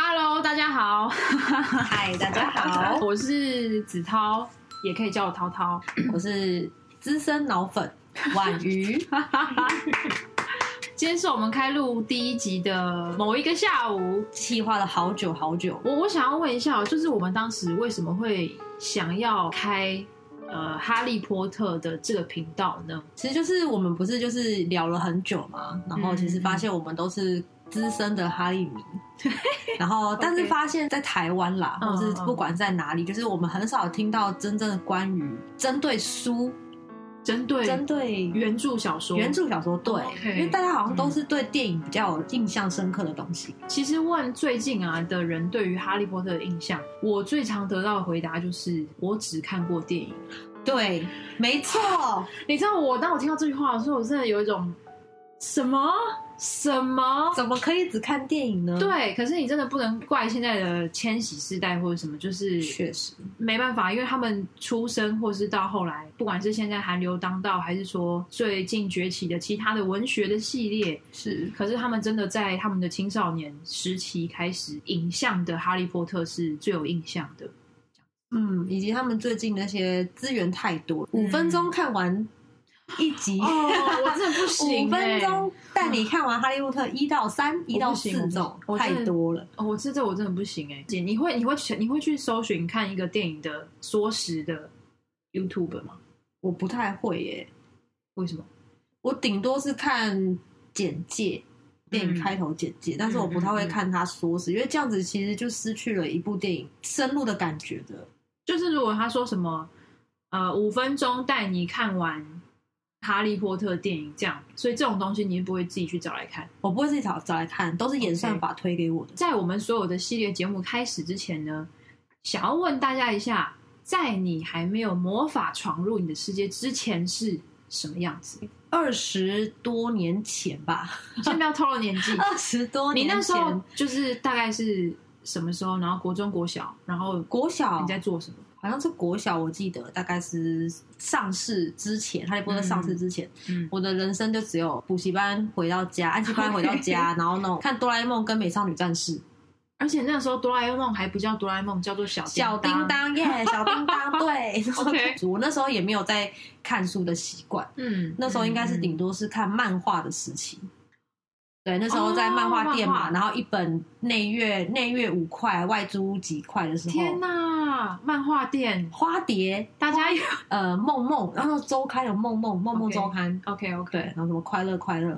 Hello，大家好，嗨，大家好， 我是子涛，也可以叫我涛涛。我是资深脑 粉婉瑜。今天是我们开录第一集的某一个下午，计划了好久好久，我我想要问一下，就是我们当时为什么会想要开呃《哈利波特》的这个频道呢？其实就是我们不是就是聊了很久嘛，然嗯后其实发现我们都是资深的哈利 迷，然后但是 OK 发现，在台湾啦，嗯或是嗯不管在哪里，就是我们很少听到真正的关于针对书、针对针对原著小说，原著小说，对， OK 嗯因为大家好像都是对电影比较有印象深刻的东西。其实问最近啊的人对于《哈利波特》的印象，我最常得到的回答就是我只看过电影。对，没错， 你知道我当我听到这句话的时候，我真的有一种什么什么。怎么可以只看电影呢？，对，啊可是你真的不能怪现在的千禧世代或者什么，就是确实。没办法，因为他们出生或是到后来，不管是现在韩流当道，还是说最近崛起的其他的文学的系列，是可是他们真的在他们的青少年时期开始，影像的《哈利波特》是最有印象 的。嗯，以及他们最近那些资源太多了，嗯五、分钟看完一集，哦，我真的不行、欸五分钟带你看完《哈利波特》一到三、一到四我不行这种我真的太多了。哦，我这这我真的不行哎、姐，你会你会去你会去搜寻看一个电影的缩时的 YouTube 吗？我不太会耶，为什么？我顶多是看简介。电嗯影开头简介，但是我不太会看它缩时，因为这样子其实就失去了一部电影深入的感觉的。就是如果他说什么呃五分钟带你看完《哈利波特》电影这样，所以这种东西你是不会自己去找来看。我不会自己找找来看，都是演 OK 算法推给我的。在我们所有的系列节目开始之前呢，想要问大家一下，在你还没有魔法闯入你的世界之前是什么样子？二十多年前 吧，，先不要透露年纪 二十多你年前，那时候就是大概是什么时候？然后国中、国小，然后国小你在做什么？好像是国小，我记得大概是上市之前，《哈利波特》上市之前，嗯我的人生就只有补习班回到家，安琪班回到 家，然后那种看哆啦 A 梦跟美少女战士，而且那时候哆啦 A 梦还不叫哆啦 A 梦，叫做小小叮叮。当耶，小叮当， 对 OK 我那时候也没有在看书的习惯，嗯，那时候应该是顶多是看漫画的时期。对，那时候在漫画店哦漫嘛，画然后一本内月内月五块，外租几块的时候，天哪，漫画店，花蝶大家有呃梦梦，然后周刊有梦梦梦梦 OK 周刊， OK OK，对，然后什么快乐快乐，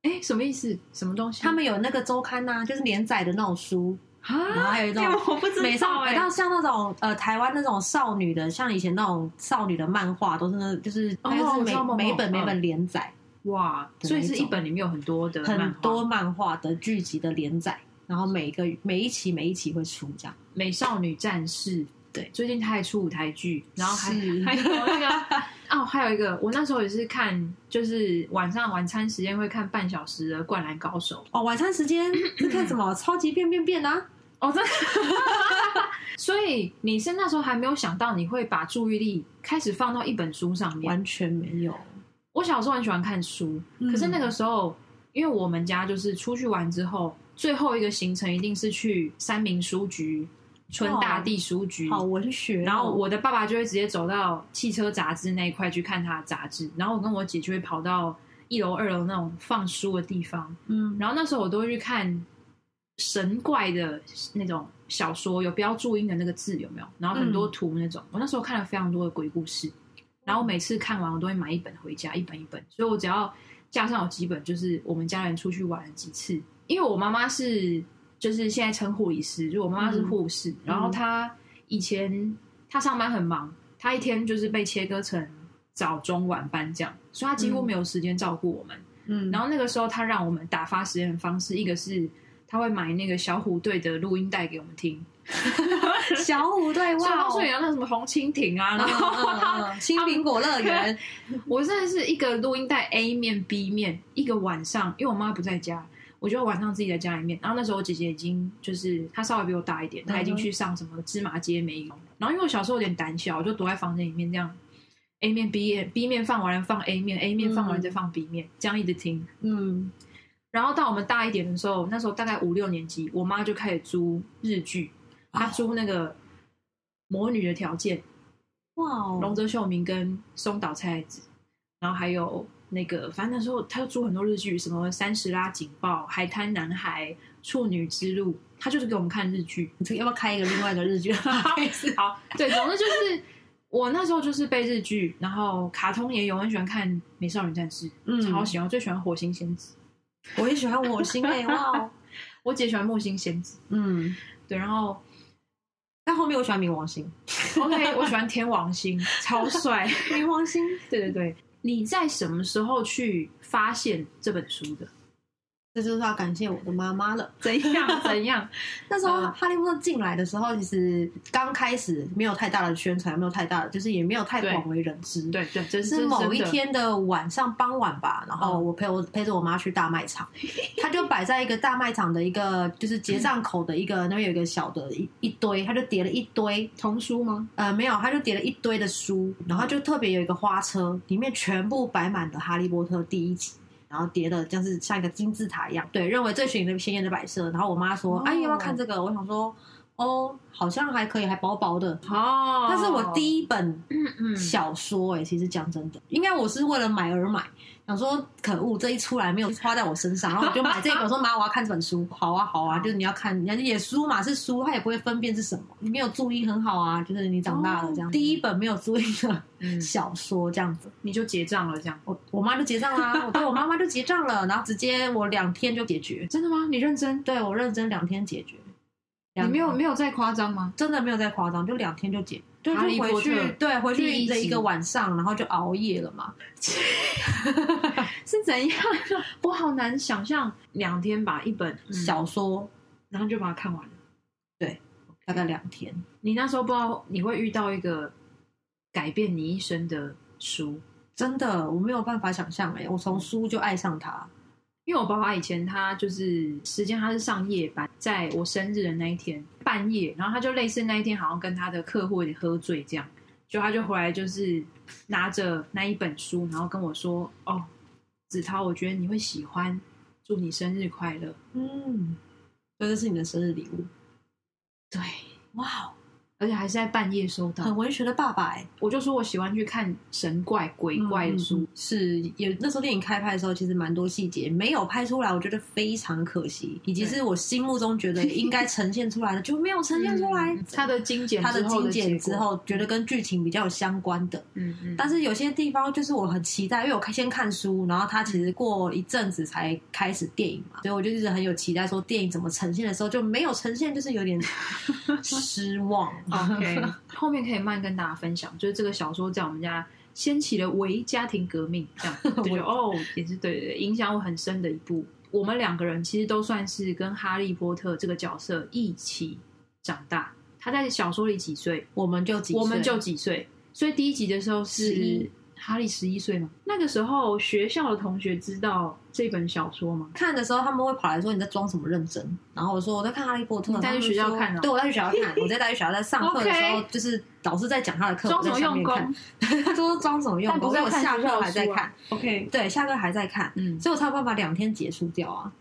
哎，什么意思？什么东西？他们有那个周刊呐、就是连载的那种书，然后啊，还有那 哎种我不知美道少，哎然后像那种呃台湾那种少女的，像以前那种少女的漫画，都是那就是哦它就是我知每道某某每本嗯每本连载，哇，的所以那是一种本里面有很多的嗯漫很画多漫画的剧集的连载，然后每一个每一期每一期会出这样。美少女战士，对最近她还出舞台剧，然后还是还有那个 哦，还有一个，我那时候也是看，就是晚上晚餐时间会看半小时的《灌篮高手哦，晚餐时间是看什么？超级变变变啊！》哦，真的。 所以你是那时候还没有想到你会把注意力开始放到一本书上面。完全没有。我小时候很喜欢看书，嗯可是那个时候，因为我们家就是出去玩之后，最后一个行程一定是去三明书局、春大地书局、哦好文学哦、然后我的爸爸就会直接走到汽车杂志那一块去看他的杂志，然后我跟我姐就会跑到一楼、二楼那种放书的地方。嗯，然后那时候我都会去看神怪的那种小说，有标注音的那个字有没有？然后很多图那种。我那时候看了非常多的鬼故事，然后每次看完我都会买一本回家，一本一本。所以我只要架上有几本，就是我们家人出去玩了几次。因为我妈妈是就是现在称护理师，就我妈妈是护士，然后她以前她上班很忙，她一天就是被切割成早中晚班这样，所以她几乎没有时间照顾我们。嗯，然后后那个时候他让我们打发时间的方式，一个是他会买那个小虎队的录音带给我们听，小虎队所以哇到哦，处有那什么红蜻蜓啊，嗯然后 嗯嗯新苹果乐园，我真的是一个录音带 A 面 B 面，一个晚上，因为我妈不在家，我就晚上自己在家里面。然后那时候我姐姐已经就是她稍微比我大一点，她已嗯经去上什么芝麻街美容。然后因为我小时候有点胆小，我就躲在房间里面这样 A 面 B 面 B 面放完了放 A 面，A 面放完了再放 B 面，这样一直听。嗯，然后到我们大一点的时候，那时候大概五六年级，我妈就开始租日剧，她租那个《魔女的条件》哇哦，龙泽秀明跟松岛菜菜子，然后还有那个，反正那时候他就租很多日剧，什么《三十拉警报》《海滩男孩》《处女之路》，他就是给我们看日剧。你这个要不要开一个另外一个日剧？ 好，对，总之就是我那时候就是被日剧，然后卡通也有，我很喜欢看《美少女战士》，嗯超喜欢，我最喜欢火星仙子，我也喜欢我心哎，哇 哦，我姐喜欢木星仙子，嗯，对，然后但后面我喜欢冥王星， OK，我喜欢天王星，超帅，冥王星对对对。你在什么时候去发现这本书的？这就是要感谢我的妈妈了。怎样怎样？ 那时候嗯《哈利波特》进来的时候，其实刚开始没有太大的宣传，没有太大的，就是也没有太对广为人知。，对对，真是某一，天的晚上傍晚吧，然后嗯我陪我陪着我妈去大卖场，她就摆在一个大卖场的一个就是结账口的一个那边有一个小的一一堆，她就叠了一堆童书吗？呃，没有，他就叠了一堆的书，然后就特别有一个花车，里面全部摆满了《哈利波特》第一集，然后叠的像是像一个金字塔一样。对，认为最显的鲜艳的摆设。然后我妈说：“哦哎、要不要看这个？”我想说：“哦，好像还可以，还薄薄的。”哦，那是我第一本嗯嗯小说哎、其实讲真的，应该我是为了买而买，想说可恶，这一出来没有花在我身上，然后我就买这个。我说妈，我要看这本书，好啊好啊，就是你要看，人家也书嘛是书，他也不会分辨是什么，你没有注意很好啊，就是你长大了这样。哦第一本没有注意的嗯，小说这样子，你就结账了，这样我我妈就结账啦，我对我妈妈就结账了，然后直接我两天就解决，真的吗？你认真？对我认真两天解决，你两没有没有在夸张吗？真的没有在夸张，就两天就解。对，就哈利波回去特，对，回第去一的一集个晚上，然后就熬夜了嘛。是怎样？啊 我好难想象两天吧，一本，小说然后就把它看完了。大概两天，你那时候不知道你会遇到一个改变你一生的书，真的我没有办法想象哎、我从书就爱上它。因为我爸爸以前他就是时间他是上夜班，在我生日的那一天半夜，然后他就类似那一天好像跟他的客户有点喝醉这样，就他就回来就是拿着那一本书，然后跟我说：“哦，子韬，我觉得你会喜欢，祝你生日快乐。嗯，所以这是你的生日礼物。”对，哇哦，而且还是在半夜收很到。文学的爸爸哎、我就说我喜欢去看神怪鬼怪的书，嗯嗯嗯是也那时候电影开拍的时候，其实蛮多细节没有拍出来，我觉得非常可惜，以及对是我心目中觉 得应该呈现出来的就没有呈现出来。嗯他的精简它之嗯的嗯后精的结简果之，后，觉得跟剧情比较有相关的，嗯嗯，但是有些地方就是我很期待，因为我先看书，然后它其实过一阵子才开始电影嘛，所以我就一直很有期待，说电影怎么呈现的时候就没有呈现，就是 有点失望。 OK，后面可以慢跟大家分享，就是这个小说在我们家掀起了唯家庭革命，这 样就觉得哦，也是对对对，影响我很深的一部。我们两个人其实都算是跟哈利波特这个角色一起长大。他在小说里几岁，我们就几岁，我们就几岁。所以第一集的时候是11哈利十一岁嘛？那个时候学校的同学知道这本小说吗？看的时候，他们会跑来说你在装什么认真，然后我说我在看《哈利波特》，你带去然后学校他们说看哦对我带去学校 看，我在带去学校在上课的时候 OK 就是老师在讲他的课，装什我么在下用面看功？ 他说装什么用但不功？是因为我在看下学课校还在书啊看， ？OK，对，下课还在看，嗯，所以我才有办法两天结束掉啊。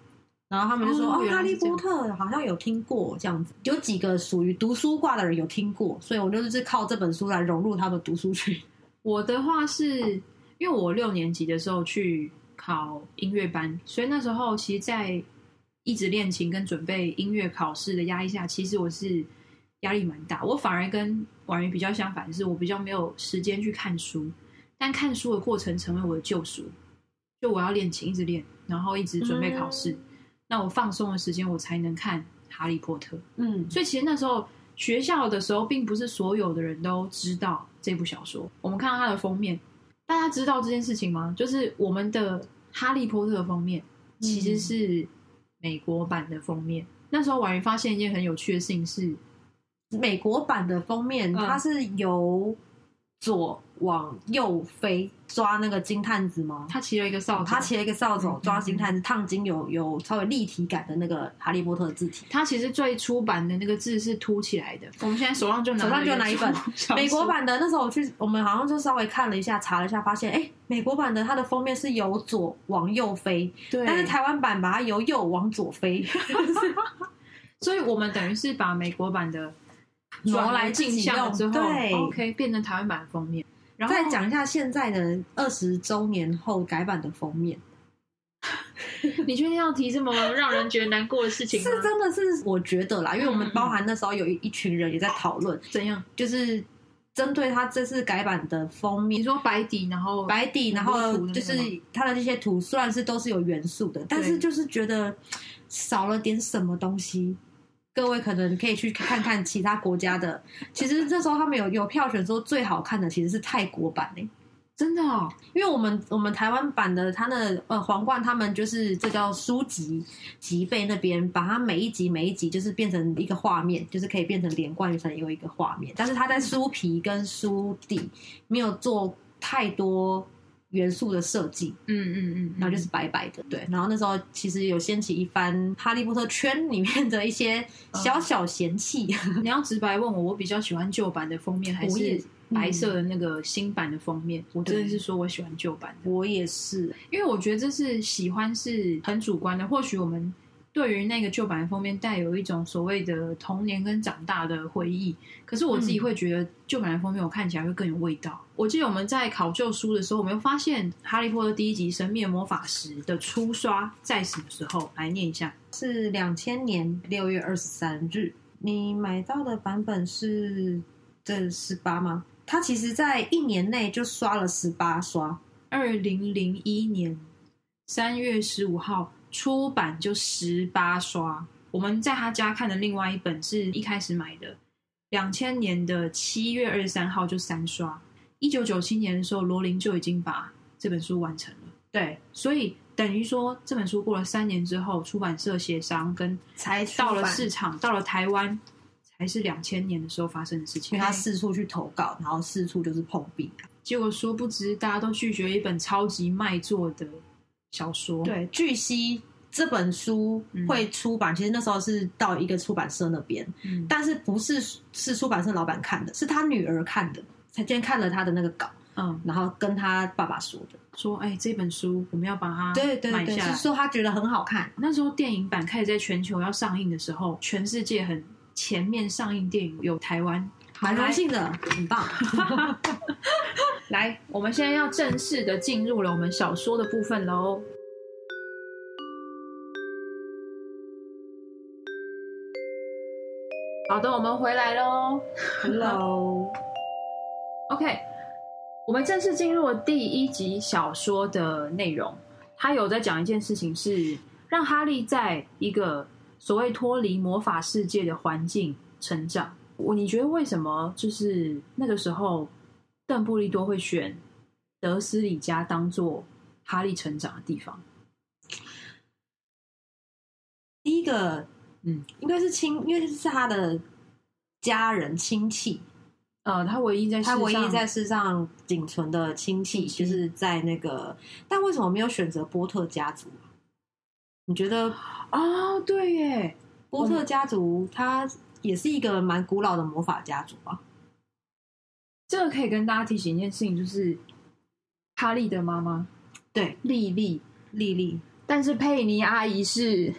然后他们就说：“哦哦，原来哈利是这样波特好像有听过这样子，有几个属于读书挂的人有听过，所以我就是靠这本书来融入他们读书群。我的话是因为我六年级的时候去考音乐班，所以那时候其实，在一直练琴跟准备音乐考试的压力下，其实我是压力蛮大。我反而跟婉瑜比较相反，是我比较没有时间去看书，但看书的过程成为我的救赎。就我要练琴，一直练，然后一直准备考试。那我放松的时间，我才能看《哈利波特》。嗯，所以其实那时候学校的时候，并不是所有的人都知道这部小说。我们看到它的封面，大家知道这件事情吗？就是我们的《哈利波特》封面嗯其实是美国版的封面。那时候婉瑜发现一件很有趣的事情是，美国版的封面嗯它是由左往右飞抓那个金探子吗？哦他骑了一个扫帚，他骑了一个扫帚嗯抓金探子，烫金有有稍微立体感的那个哈利波特的字体。他其实最初版的那个字是凸起来的，我们现在手上就拿手上就拿一本本美国版的那时候我去，我们好像就稍微看了一下，查了一下，发现哎、诶美国版的它的封面是由左往右飞，对，但是台湾版把它由右往左飞，所以我们等于是把美国版的挪转来来自镜己像了用。之后对， ，OK 变成台湾版的封面。然后再讲一下现在的二十周年后改版的封面， 你确定要提这么让人觉得难过的事情吗？是真的是我觉得啦，因为我们啊嗯嗯包含那时候有一一群人也在讨论，怎样？就是针对它这次改版的封面你。说白底，然后白底，然后就很多图的那个是它的这些图，虽然是都是有元素的，但是就是觉得少了点什么东西。各位可能可以去看看其他国家的，其实这时候他们有有票选说最好看的其实是泰国版欸诶、真的哦，因为我们我们台湾版的它的呃皇冠他们就是这叫书籍集备那边，把它每一集每一集就是变成一个画面，就是可以变成连贯成有一个画面，但是它在书皮跟书底没有做太多元素的设计，嗯嗯嗯，然后就是白白的，对。然后那时候其实有掀起一番哈利波特圈里面的一些小小嫌弃， 你要直白问我，我比较喜欢旧版的封面还我也是白色的那个新版的封面？我真的是说我喜欢旧版的，我也是，因为我觉得这是喜欢是很主观的。或许我们对于那个旧版的封面带有一种所谓的童年跟长大的回忆，可是我自己会觉得旧版的封面我看起来会更有味道。我记得我们在考旧书的时候，我们发现《哈利波特》第一集《神秘的魔法石》的初刷在什么时候？来念一下。是两千年六月二十三日。你买到的版本是这十八吗？它其实在一年内就刷了十八刷，二零零一年三月十五号出版就十八刷。我们在他家看的另外一本是一开始买的，两千年的七月二十三号就三刷。一九九七年的时候，罗琳就已经把这本书完成了，对，所以等于说这本书过了三年之后，出版社协商跟才到了市是，场，到了台湾才是两千年的时候发生的事因情为。他四处去投稿，然后四处就是碰壁。结果殊不知，大家都拒绝一本超级卖座的小说。对，据悉这本书会出版，其实那时候是到一个出版社那边，嗯，但是不是是出版社老板看的，是他女儿看的，才今天看了他的那个稿，嗯，然后跟他爸爸说的。说，哎、这本书我们要把它对对买对，下来是。说他觉得很好看。那时候电影版开始在全球要上映的时候，全世界很前面上映电影有台湾，蛮荣幸的，很棒。来，我们现在要正式的进入了我们小说的部分喽。好的，我们回来喽。 Hello， OK，我们正式进入了第一集小说的内容。他有在讲一件事情是，让哈利在一个所谓脱离魔法世界的环境成长。我你觉得为什么就是那个时候邓布利多会选德斯里家当做哈利成长的地方？第一个，嗯，应该是亲，因为是他的家人亲戚，呃，他唯一在世他上唯一在世上仅存的亲戚，戚就是在那个。但为什么没有选择波特家族？啊你觉得哦，对耶，波特家族他也是一个蛮古老的魔法家族吧？这个可以跟大家提醒一件事情，就是哈利的妈妈对，莉莉莉莉但是佩妮阿姨是，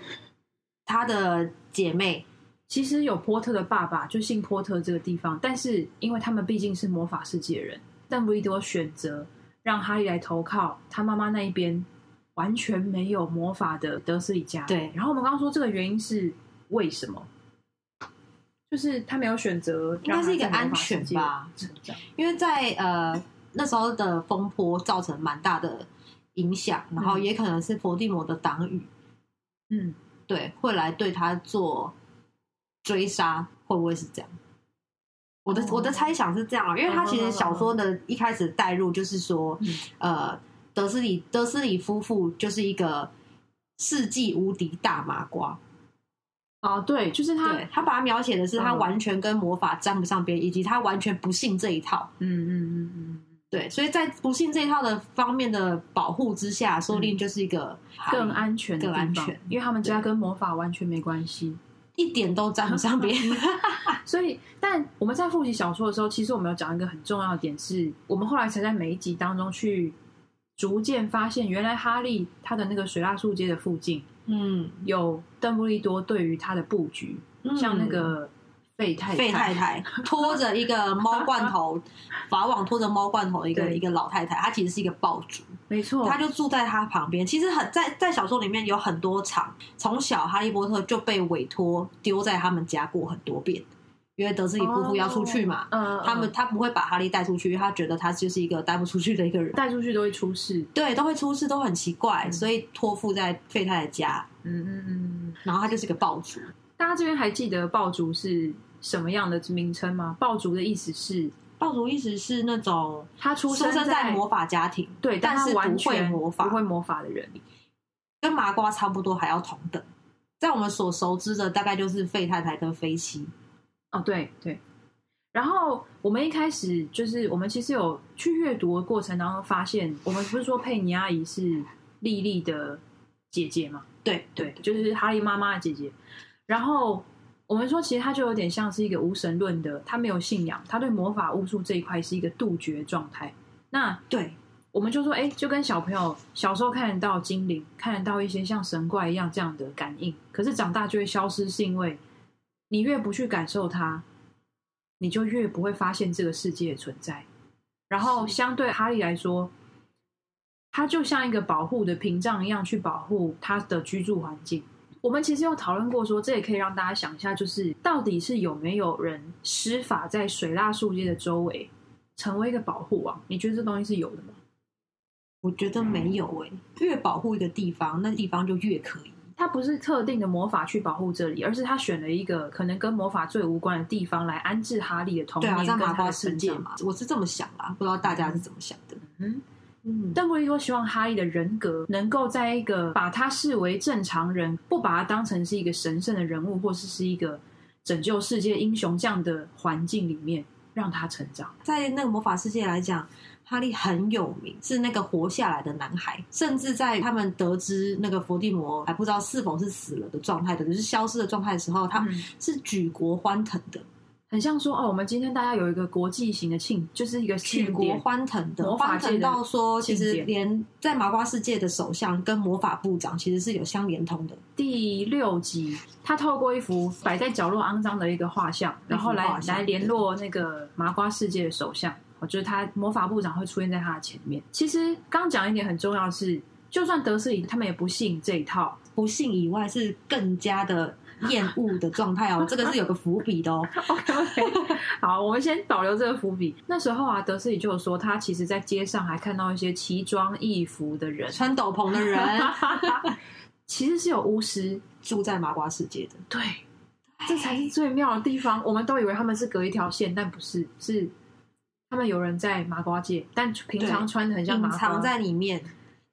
她的姐妹，其实有波特的爸爸，就姓波特这个地方，但是因为他们毕竟是魔法世界人，邓布利多选择让哈利来投靠他妈妈那一边，完全没有魔法的德斯里家。对然后我们刚刚说这个原因是为什么？就是他没有选择让他在应该是一个安魔法世界全吧成长。因为在呃那时候的风波造成蛮大的影响，然后嗯也可能是伏地魔的党羽。嗯，对，会来对他做追杀，会不会是这样？我的、哦我的猜想是这样啊，因为他其实小说的一开始带入就是说，嗯呃，德斯里德斯里夫妇就是一个世纪无敌大麻瓜，哦，对，就是他，对他把它描写的是他嗯完全跟魔法沾不上边，以及他完全不信这一套。嗯嗯嗯嗯嗯，对，所以在不信这一套的方面的保护之下，说不定就是一个嗯更安全的地方更安全，因为他们家跟魔法完全没关系。一点都沾不 上边。所以，但我们在复习小说的时候，其实我们有讲一个很重要的点是，我们后来才在每一集当中去逐渐发现，原来哈利他的那个水蜡树街的附近嗯，有邓布利多对于他的布局，嗯像那个费太费太 太拖着一个猫罐头，法网拖着猫罐头的一个对一个老太太，她其实是一个爆竹，没错，她就住在她旁边。其实很在在小说里面有很多场，从小哈利波特就被委托丢在他们家过很多遍，因为德斯里夫妇要出去嘛。呃，他们呃他不会把哈利带出去，因为他觉得他就是一个带不出去的一个人，带出去都会出事。对，都会出事，都很奇怪，嗯所以托付在费太太家，嗯嗯嗯，然后他就是个爆竹，大家这边还记得爆竹是什么样的名称吗？爆竹的意思是，爆竹意思是那种他出出生在在魔法家庭，对，但他是完不会全魔法不会魔法的人。跟麻瓜差不多，还要同等。在我们所熟知的，大概就是费太太跟飞西。哦，对对。然后我们一开始就是我们其实有去阅读的过程当中发现，我们不是说佩妮阿姨是莉莉的姐姐吗？对对，就是哈利妈妈的姐姐。然后我们说，其实她就有点像是一个无神论的，她没有信仰，她对魔法巫术这一块是一个杜绝状态。那对，我们就说，哎，就跟小朋友小时候看得到精灵，看得到一些像神怪一样这样的感应，可是长大就会消失，是因为你越不去感受它，你就越不会发现这个世界的存在。然后，是相对哈利来说，它就像一个保护的屏障一样，去保护他的居住环境。我们其实有讨论过说，这也可以让大家想一下，就是到底是有没有人施法在水蜡树街的周围成为一个保护网？你觉得这东西是有的吗？我觉得没有诶、越保护一个地方，那地方就越可以。他不是特定的魔法去保护这里，而是他选了一个可能跟魔法最无关的地方来安置哈利的童对年啊，在跟麻他瓜的世世界界。嘛，我是这么想啦，不知道大家是怎么想的。嗯，嗯，邓布利多希望哈利的人格能够在一个把他视为正常人，不把他当成是一个神圣的人物，或是是一个拯救世界英雄这样的环境里面，让他成长。在那个魔法世界来讲，哈利很有名，是那个活下来的男孩。甚至在他们得知那个伏地魔还不知道是否是死了的状态的，就是消失的状态的时候，他嗯是举国欢腾的，很像说哦，我们今天大家有一个国际型的庆，就是一个举庆国典。欢腾的，魔法欢界腾的到说，其庆实典连在麻瓜世界的首相跟魔法部长其实是有相连通的，第六集，他透过一幅摆在角落肮脏的一个画像，然后一幅来画像来联络那个麻瓜世界的首相，哦就是他魔法部长会出现在他的前面。其实刚讲一点很重要的是，就算德斯里他们也不信这一 套，不幸以外是更加的厌恶的状态哦，这个是有个伏笔 的哦。好，我们先保留这个伏笔。那时候啊，德斯里就有说，他其实在街上还看到一些奇装异服的人，穿斗篷的 人其实是有巫师，住在麻瓜世界的，对，这才 是最妙的地方。我们都以为他们是隔一条线，但不是，是他们有人在麻瓜界，但平常对穿的很像麻瓜，隐藏在里面。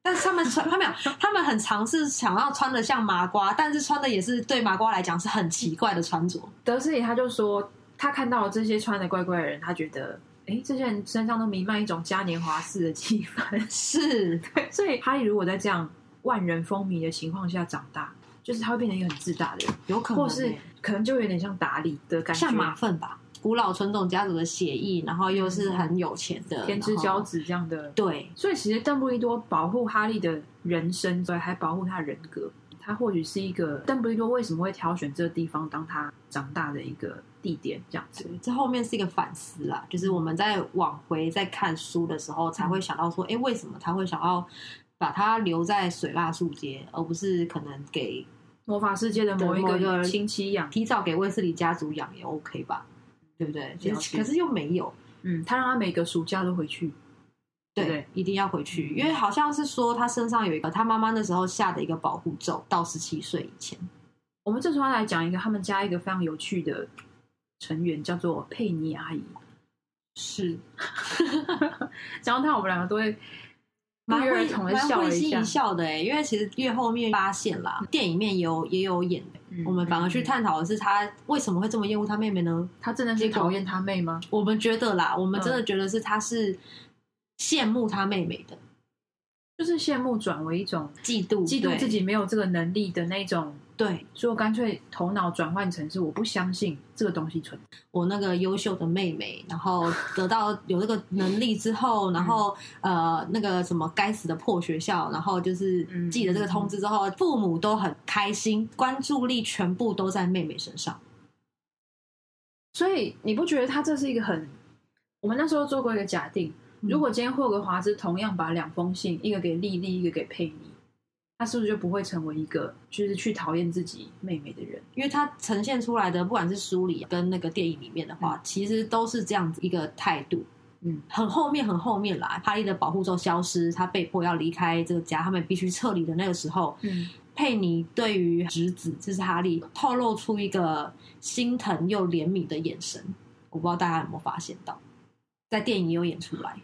但是他们穿，他们有，他们很尝试想要穿的像麻瓜，但是穿的也是对麻瓜来讲是很奇怪的穿着。德斯里他就说，他看到这些穿的怪怪的人，他觉得，哎，这些人身上都弥漫一种嘉年华式的气氛。 是，所以哈利如果在这样万人风靡的情况下长大，就是他会变成一个很自大的人，有可能、欸或是可能就有点像达利的感觉，像马粪吧，古老纯种家族的血裔，然后又是很有钱的天之骄。然后子这样的。对，所以其实邓布利多保护哈利的人生，对，还保护他的人格。他或许是一个邓布利多为什么会挑选这个地方当他长大的一个地点，这样子。对这后面是一个反思啦，就是我们在往回在看书的时候，才会想到说，哎、为什么他会想要把它留在水蜡树街，而不是可能给魔法世界的某一对某一个个亲戚养，提早给卫斯理家族养也 OK 吧？对不对？其了实解可是又没有，嗯，他让他每个暑假都回去。对，对一定要回去，嗯因为好像是说他身上有一个他妈妈那时候下的一个保护咒，到十七岁以前。我们这时候要来讲一个他们家一个非常有趣的成员，叫做佩妮阿姨。是，讲到她，我们两个都会不蛮约而会同的蛮笑会了一心下一。笑的哎、因为其实越后面发现啦，电影里面也有也有演嗯我们反而去探讨的是他为什么会这么厌恶他妹妹呢？他真的是讨厌他妹吗？我们觉得啦，我们嗯真的觉得是他是羡慕他妹妹的，就是羡慕转为一种嫉妒，嫉妒自己没有这个能力的那种，对。对所以我干脆头脑转换成是我不相信这个东西存在。我那个优秀的妹妹，然后得到有这个能力之后，嗯然后呃那个什么该死的破学校，然后就是嗯记了这个通知之后，父母都很开心，关注力全部都在妹妹身上。所以你不觉得他这是一个很？我们那时候做过一个假定，嗯如果今天霍格华兹同样把两封信，一个给莉莉，一个给佩妮，他是不是就不会成为一个就是去讨厌自己妹妹的人？因为它呈现出来的，不管是书里跟那个电影里面的话，其实都是这样子一个态度。嗯，很后面很后面啦，哈利的保护咒消失，他被迫要离开这个家，他们必须撤离的那个时候，嗯，佩妮对于侄子，就是哈利，透露出一个心疼又怜悯的眼神。我不知道大家有没有发现到，在电影也有演出来，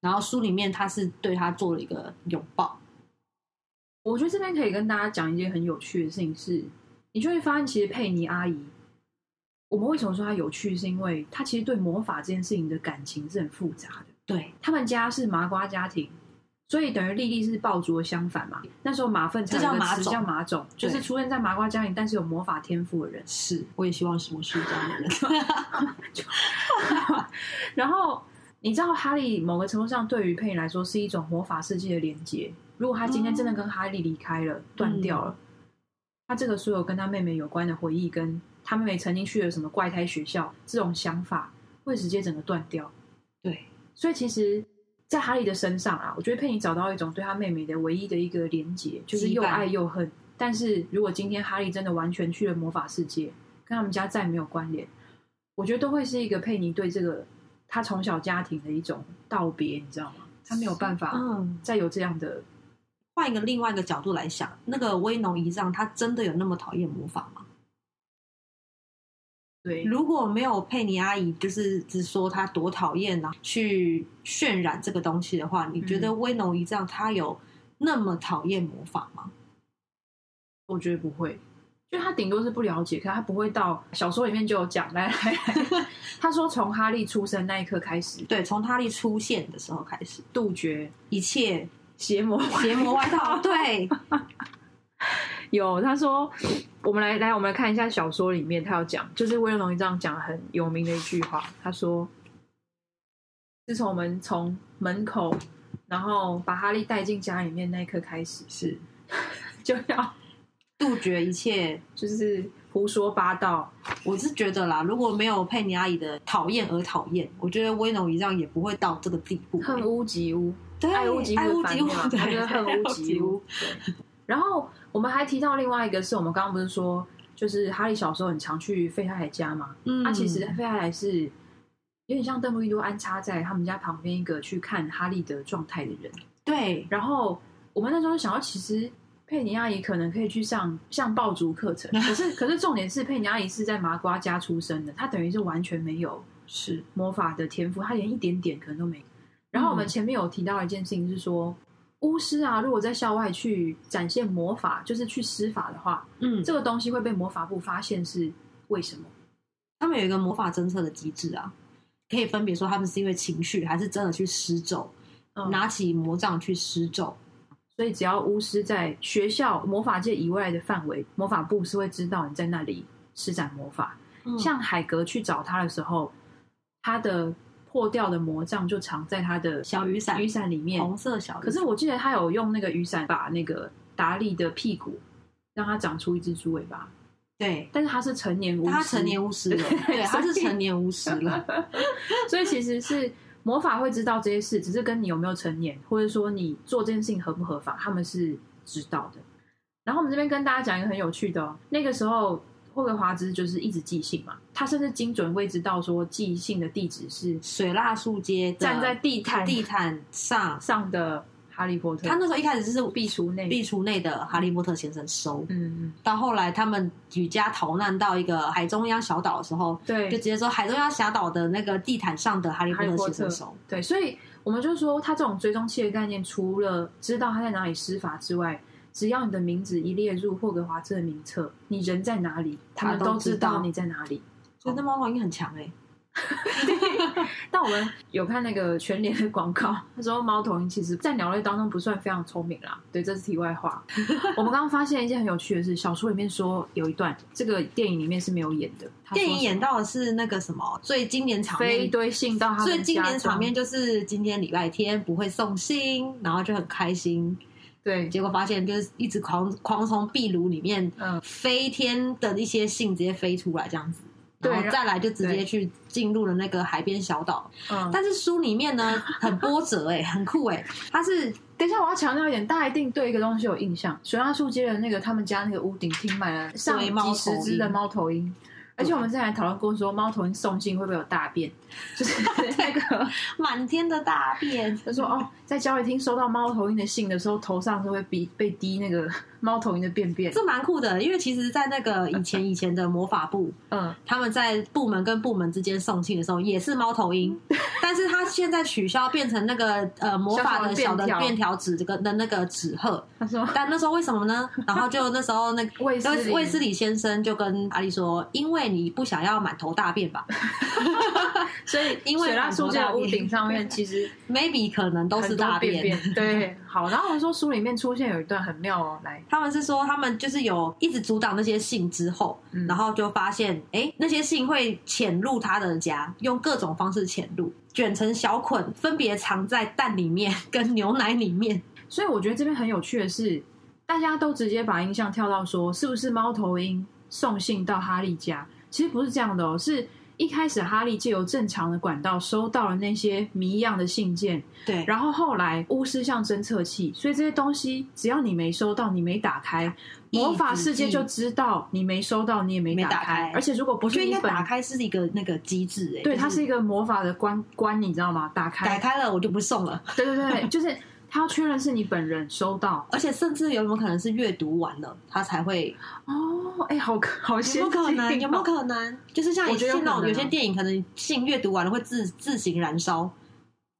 然后书里面他是对他做了一个拥抱。我觉得这边可以跟大家讲一件很有趣的事情是，你就会发现，其实佩妮阿姨，我们为什么说她有趣，是因为她其实对魔法这件事情的感情是很复杂的。对，他们家是麻瓜家庭，所以等于莉莉是爆竹的相反嘛。那时候马粪才有一个词这叫叫马种，就对是出生在麻瓜家庭，但是有魔法天赋的人。是，我也希望是我是这样的人。 然后你知道，哈利某个程度上对于佩妮来说是一种魔法世界的连接。如果他今天真哦的跟哈利离开了，断、掉了，嗯他这个所有跟他妹妹有关的回忆，跟他妹妹曾经去了什么怪胎学校这种想法，会直接整个断掉。对，所以其实，在哈利的身上啊，我觉得佩妮找到一种对他妹妹的唯一的一个连结，就是又爱又恨。但是如果今天哈利真的完全去了魔法世界，跟他们家再没有关联，我觉得都会是一个佩妮对这个他从小家庭的一种道别，你知道吗？他没有办法嗯，再有这样的，换一个另外一个角度来想，那个威农一丈他真的有那么讨厌魔法吗？对，如果没有佩妮阿姨就是只说他多讨厌啊，去渲染这个东西的话，你觉嗯得威农一丈他有那么讨厌魔法吗？我觉得不会。就他顶多是不了解，可他不会到小说里面就有讲。来来来， 他说从哈利出生那一刻开始，对，从哈利出现的时候开始，杜绝一切邪魔邪魔外道，对，有，他说，我们来来，我们来看一下小说里面他有讲，就是威廉龙一这样讲得很有名的一句话，他说，自从我们从门口，然后把哈利带进家里面那一刻开始，是 就要杜绝一切。就是胡说八道，我是觉得啦，如果没有佩妮阿姨的讨厌而讨厌，我觉得威农一丈也不会到这个地步、恨屋及乌，对，爱屋及爱乌屋的反及面嘛，乌，对，他就是恨爱屋及乌。。对然后我们还提到另外一个，是我们刚刚不是说，就是哈利小时候很常去费太太家嘛，嗯，那、其实费太太是有点像邓布利多安插在他们家旁边一个去看哈利的状态的人。对，然后我们那时候想到，其实佩妮阿姨可能可以去上像爆竹课程，可 是可是重点是佩妮阿姨是在麻瓜家出生的，她等于是完全没有是魔法的天赋，她连一点点可能都没有。然后我们嗯前面有提到一件事情是说，巫师啊，如果在校外去展现魔法，就是去施法的话，嗯，这个东西会被魔法部发现是为什么？他们有一个魔法侦测的机制啊，可以分别说他们是因为情绪，还是真的去施咒，嗯拿起魔杖去施咒。所以只要巫师在学校魔法界以外的范围，魔法部是会知道你在那里施展魔法。嗯像海格去找他的时候，他的破掉的魔杖就藏在他的小雨伞雨伞里面。红色小雨伞，可是我记得他有用那个雨伞把那个达利的屁股让它长出一只猪尾巴，对，但是他是成年巫师，他成年巫师了， 对，他是成年巫师了。所以其实是魔法会知道这些事，只是跟你有没有成年，或者说你做这件事情合不合法，他们是知道的。然后我们这边跟大家讲一个很有趣的、哦，那个时候霍格华兹就是一直寄信嘛，他甚至精准会知道说寄信的地址是水蜡树街的站在地毯啊地毯上，上的哈利波特，他那时候一开始是壁橱内，壁橱内的哈利波特先生收，嗯，嗯到后来他们举家逃难到一个海中央小岛的时候，就对直接说海中央小岛的那个地毯上的哈利波特先生手。对，所以我们就说他这种追踪器的概念，除了知道他在哪里施法之外，只要你的名字一列入霍格华兹的名册，你人在哪里，他们都知道你在哪里。所以那猫头鹰很强欸哎、但我们有看那个全联的广告，那时候猫头鹰其实在鸟类当中不算非常聪明啦。对，这是题外话。 我们刚刚发现一件很有趣的事，小说里面说有一段，这个电影里面是没有演的。他说电影演到的是那个什么最经典场飞面，堆信到他最们经家典场中面就是今天礼拜天不会送信，然后就很开心，对，结果发现就是一直狂狂从壁炉里面嗯，飞天的一些信直接飞出来这样子。对然后再来就直接对去进入了那个海边小岛，嗯但是书里面呢很波折 哎、很酷哎、它是等一下，我要强调一点，大家一定对一个东西有印象。水蜡树街的那个他们家那个屋顶停满了上对猫头几鹰十只的猫头鹰，而且我们之前还讨论过说猫头鹰送信会不会有大便， 就是 那个满天的大便，他说哦，在交易厅收到猫头鹰的信的时候，头上是会滴被滴那个猫头鹰的便便。这蛮酷的，因为其实，在那个以前以前的魔法部，嗯，他们在部门跟部门之间送信的时候也是猫头 鹰，但是它现在取消变成那个呃魔法的小的小小的便条便条纸这个的那个纸鹤，他说但那时候为什么呢？然后就那时候那卫斯理个卫斯理先生就跟阿丽说，因为你不想要满头大便吧所以因为水蜡树街的屋顶上面其实，maybe 可能都很是多大便便。对，好，然后我们说书里面出现有一段很妙哦，来，他们是说，他们就是有一直阻挡那些信之后，嗯然后就发现，哎，那些信会潜入他的家，用各种方式潜入，卷成小捆，分别藏在蛋里面跟牛奶里面。所以我觉得这边很有趣的是，大家都直接把音像跳到说是不是猫头鹰送信到哈利家？其实不是这样的哦，是一开始哈利借由正常的管道收到了那些谜一样的信件，对，然后后来巫师像侦测器，所以这些东西只要你没收到，你没打开，一直魔法世界就知道你没收到，你也没没打开。开而且如果不我觉是得应你该本打，开是一个那个机制、哎，对，它是是一个魔法的关关，你知道吗？打开，打开了我就不送了，对对对，就是它要确认是你本人收到。而且甚至有没有可能是阅读完了他才会？哦，哎、好好有没先有进、可哦，能？有没有可能？就是像我有觉些得有可那种能有啊些电影，可能信阅读完了会自自行燃烧，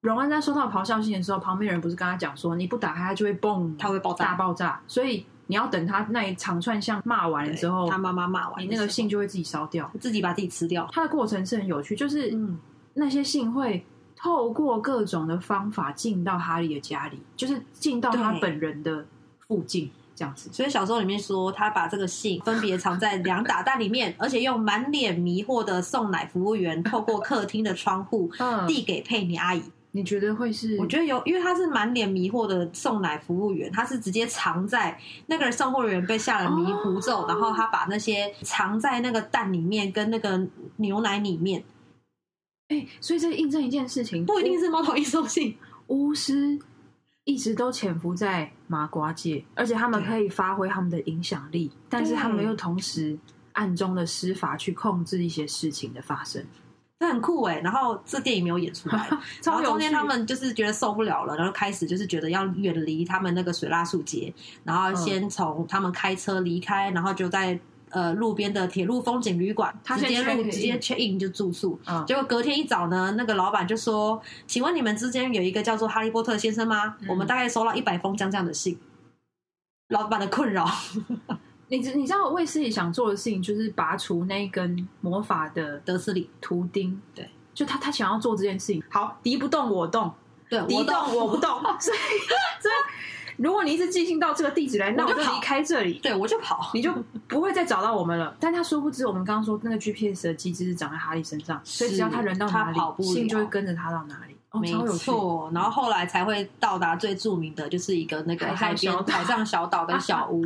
荣恩在收到咆哮信的时候，旁边人不是跟他讲说，你不打开它就会蹦，它会爆大炸。爆炸，所以你要等他那一长串像骂完了之后嗯对，他妈妈骂完你的那个时信就会自己烧掉候。自己把自己吃掉。它的过程是很有趣，就是嗯，那些信会透过各种的方法进到哈利的家里，就是进到他对本人的附近这样子。所以小说里面说，他把这个信分别藏在两打蛋里面， 而且用满脸迷惑的送奶服务员透过客厅的窗户嗯，递给佩妮阿姨。你觉得会是？我觉得有，因为他是满脸迷惑的送奶服务员，他是直接藏在那个送货员被下了迷糊咒，哦然后他把那些藏在那个蛋里面跟那个牛奶里面，哎、所以这印证一件事情，不一定是猫头鹰送信。巫师一直都潜伏在麻瓜界，而且他们对可以发挥他们的影响力，但是他们对又同时暗中的施法去控制一些事情的发生，这很酷哎、然后这电影没有演出 来，然超后有中趣。间他们就是觉得受不了了，然后开始就是觉得要远离他们那个水蜡树节，嗯然后先从他们开车离开，然后就在呃路边的铁路风景旅馆他直先接 check 入 in 直接 check in 就住宿。嗯结果隔天一早呢，那个老板就说：“请问你们之间有一个叫做哈利波特先生吗？嗯我们大概收到一百封将这样的信。”老板的困扰，你知你知道卫斯理想做的事情就是拔除那一根魔法的德斯里，图钉，对，就他他想要做这件事情。好，敌不动我动，对，敌我动到我不动， 所以所以如果你一直寄信到这个地址来，那我我就就跑离开这里。对我就跑，你就不会再找到我们了。但他殊不知，我们刚刚说那个 GPS 的机制是长在哈利身上，所以只要他人到哪是他跑里，不了信就会跟着他到哪里。哦，没超有趣！错，然后后来才会到达最著名的，就是一个那个海海上小边岛海上小岛的小屋。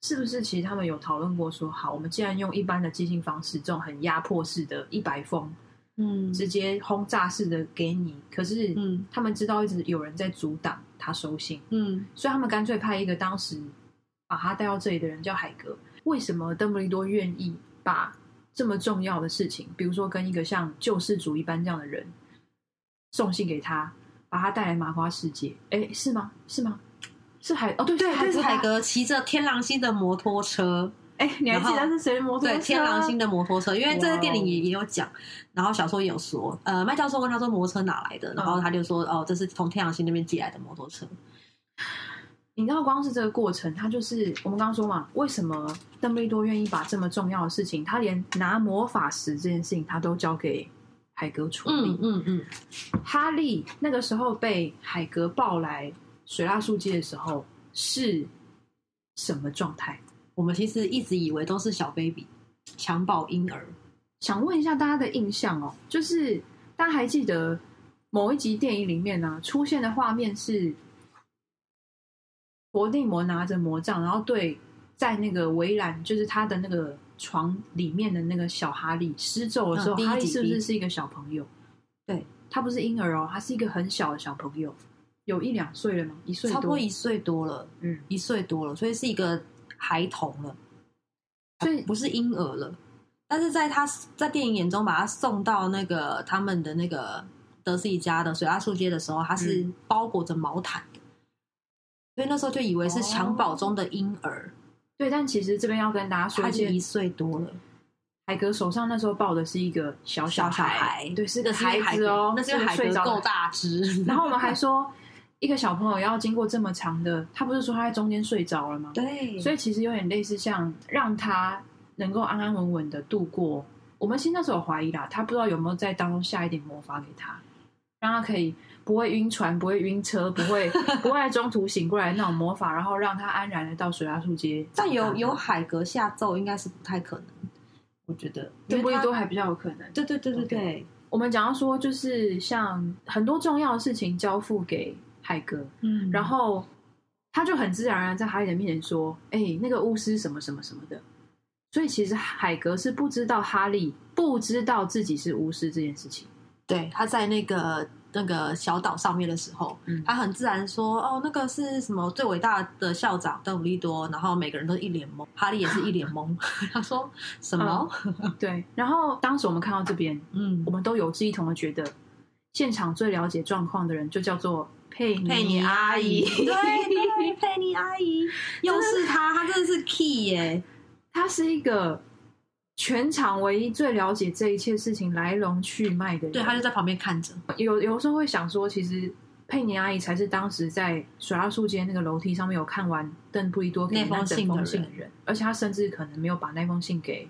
是不是？其实他们有讨论过说，好，我们既然用一般的寄信方式，这种很压迫式的一百封， 嗯直接轰炸式的给你，可是嗯他们知道一直有人在阻挡他收信，嗯，所以他们干脆派一个当时把他带到这里的人叫海格。为什么邓布利多愿意把这么重要的事情，比如说跟一个像救世主一般这样的人送信给他，把他带来麻瓜世界？哎，是吗？是吗？是海哦，对对，海但是格吧海。格骑着天狼星的摩托车，哎，你还记得是谁的摩托车？对，天狼星的摩托车，因为这个电影也也有讲，然后小说也有说，呃，麦教授问他嗯说摩托车哪来的，然后他就说，哦，这是从天狼星那边借来的摩托车。你知道，光是这个过程，他就是我们刚刚说嘛，为什么邓布利多愿意把这么重要的事情，他连拿魔法石这件事情，他都交给海格处理。嗯嗯嗯，哈利那个时候被海格抱来水蜡树街的时候是什么状态？我们其实一直以为都是小 baby 强暴婴儿，想问一下大家的印象哦，就是大家还记得某一集电影里面呢、出现的画面是伏地魔拿着魔杖，然后对在那个围栏，就是他的那个床里面的那个小哈利施咒的时候，嗯第一集哈利是不第一是集是一个小朋友？对，他不是婴儿哦，他是一个很小的小朋友，有一两岁了吗？一岁差多，不多一岁多了，嗯，一岁多了，所以是一个孩童了，所以不是婴儿了。但是在他在电影眼中，把他送到那个他们的那个德斯里家的水蜡树街的时候，他是嗯包裹着毛毯的，所以那时候就以为是襁褓中的婴儿，对，但其实这边要跟大家说他一已经一些，岁多了，海格手上那时候抱的是一个小小孩，孩对，是个那因为孩子哦，那是因为个海睡格着的够大只，然后我们还说，一个小朋友要经过这么长的，他不是说他在中间睡着了吗？ 对，所以其实有点类似像让他能够安安稳稳的度过。我们现在是有怀疑啦，他不知道有没有在当中下一点魔法给他，让他可以不会晕船、不会晕车、不 会不会在中途醒过来那种魔法，然后让他安然的到水拉树街长但大。有有海格下咒应该是不太可能，我觉得，邓布利因为他多还比较有可能。对对对对对，我们讲到说，就是像很多重要的事情交付给海格，嗯然后他就很自然而然在哈利的面前说：“哎、那个巫师什么什么什么的。”所以其实海格是不知道哈利不知道自己是巫师这件事情。对，他在那个那个小岛上面的时候，嗯他很自然说：“哦，那个是什么最伟大的校长邓布利多。”然后每个人都一脸懵，哈利也是一 脸懵。他说：“什么？嗯对。然后当时我们看到这边，嗯我，们都有志一同的觉得，现场最了解状况的人就叫做佩妮佩妮阿阿姨，嗯 对对，佩妮阿姨，又是她，她真的是 key 耶、 她是一个全场唯一最了解这一切事情来龙去脉的人。对，她就在旁边看着。有有时候会想说，其实佩妮阿姨才是当时在水蜡树街那个楼梯上面有看完邓布利多给那封那整信的封信的人人，而且她甚至可能没有把那封信给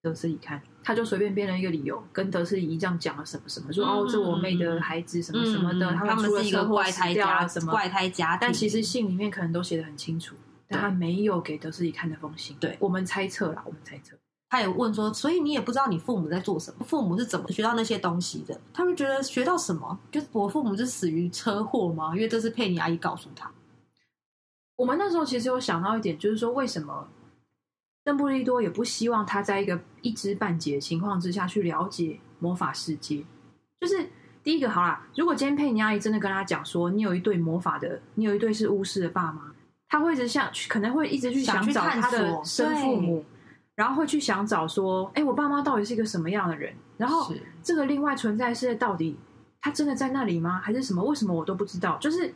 德斯里看，她就随便编了一个理由，跟德斯里姨这样讲了什么什么，说、嗯哦，这我妹的孩子什么什么的，嗯他他出了是一个车祸怪死胎掉家啊什么，怪嗯胎家庭，但其实信里面可能都写的很清楚，但她没有给德斯里看那封信。对我们猜测啦，我们猜测。他也问说，所以你也不知道你父母在做什么，父母是怎么学到那些东西的？他们觉得学到什么？就是我父母是死于车祸吗？因为这是佩妮阿姨告诉他。我们那时候其实有想到一点，就是说为什么邓布利多也不希望他在一个一知半解的情况之下去了解魔法世界。就是第一个好啦，如果今天佩妮阿姨真的跟他讲说，你有一对魔法的，你有一对是巫师的爸妈，他会一直想，可能会一直去想去找探他的索生父母，然后会去想找说，哎、我爸妈到底是一个什么样的人？然后是这个另外存在世界到底他真的在那里吗？还是什么？为什么我都不知道？就是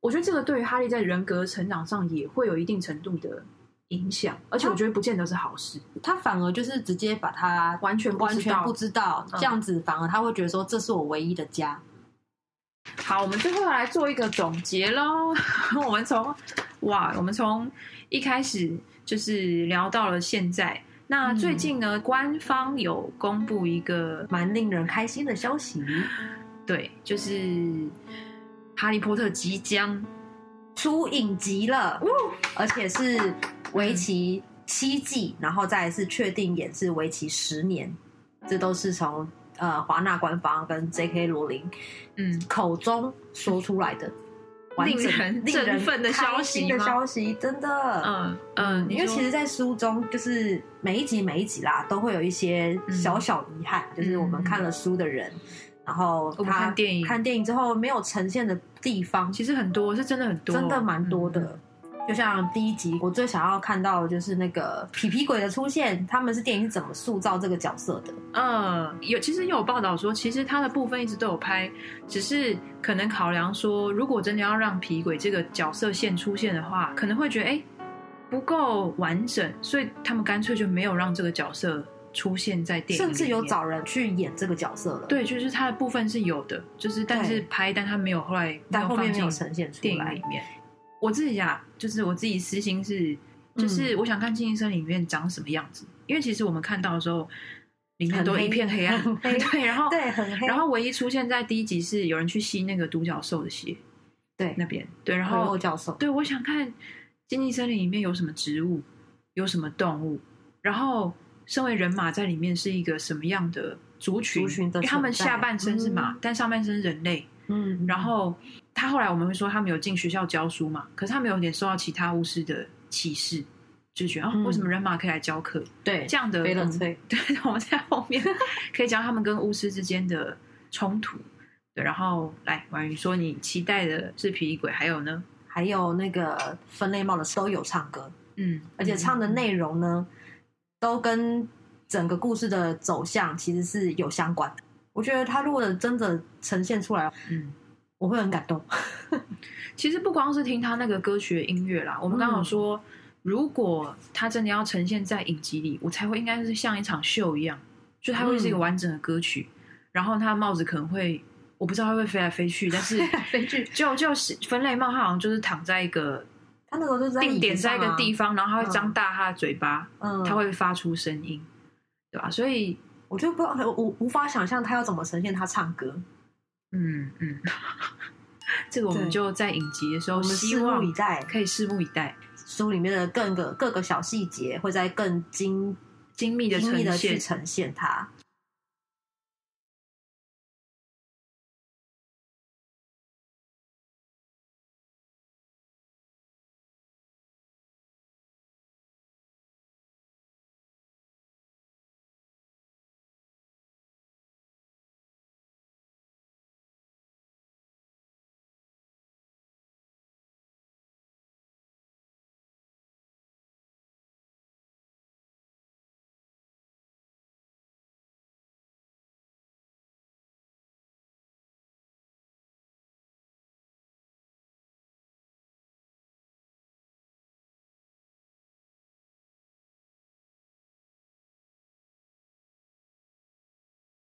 我觉得这个对于哈利在人格成长上也会有一定程度的影响，而且我觉得不见得是好事，他反而就是直接把他完全不完知全道不知道，嗯这样子反而他会觉得说这是我唯一的家。好，我们最后来做一个总结喽。 我们从哇，我们从一开始就是聊到了现在。那最近嗯呢，官方有公布一个蛮令人开心的消息，对，就是《哈利波特》即将出影集了，而且是为期七季，然后再来是确定演示为期十年，这都是从呃华纳官方跟 J.K. 罗琳嗯，口中说出来的，完整令人令人振奋的消息吗开心的消息，真的。嗯嗯，因为其实，在书中就是每一集每一集啦，都会有一些嗯小小遗憾，就是我们看了书的人，然后我他们看电影看电影之后没有呈现的地方，其实很多是真的很多，真的蛮多嗯。的。就像第一集，我最想要看到的就是那个皮皮鬼的出现，他们是电影是怎么塑造这个角色的？嗯，有其实也有报道说，其实他的部分一直都有拍，只是可能考量说，如果真的要让皮鬼这个角色线出现的话，可能会觉得哎、诶不够完整，所以他们干脆就没有让这个角色出现在电影里甚面，至有找人去演这个角色了，，对，就是他的部分是有的，就是但是对拍，但他没有后来但后面没有放进呈现出电影来里。面。我自己啊，就是我自己私心是，嗯就是我想看《静音森林》里面长什么样子，因为其实我们看到的时候，里面很都黑一片黑暗，很黑 对，然后对，很黑。然后唯一出现在第一集是有人去吸那个独角兽的血对，那边，对，然然后后教授，对，我想看《经济森林》里面有什么植物，有什么动物，然后身为人马在里面是一个什么样的族群？族群的因为他们存在下半身是马，嗯但上半身是人类。嗯，然后他后来我们会说他们有进学校教书嘛，可是他们有点受到其他巫师的歧视，就觉得、哦嗯为什么人马可以来教课？对，这样的翡冷嗯翠， 对，我们在后面可以讲他们跟巫师之间的冲突。对，然后来婉瑜说你期待的是皮衣鬼，还有呢？还有那个分类帽的都有唱歌，嗯，而且唱的内容呢，都跟整个故事的走向其实是有相关的。我觉得他如果真的呈现出来，嗯，我会很感 动。其实不光是听他那个歌曲的音乐啦，我们刚嗯好说，如果他真的要呈现在影集里，我才会应该是像一场秀一样，就它会是一个嗯完整的歌曲，然后它的帽子可能会，我不知道它会飞来飞去，但 是悲剧，就就是分类帽，它好像就是躺在一个他那时候就是在定点在一个地方，方，然后它会张大它的嘴巴，啊嗯，它会发出声音，对吧？所以，我就不知道，我我无法想象他要怎么呈现他唱歌。嗯嗯， 这个我们对就在影集的时我候，们希拭目以望待，可以拭目以待，书里面的各个各个小细节会在更精精密的精呈密的现去。呈现它。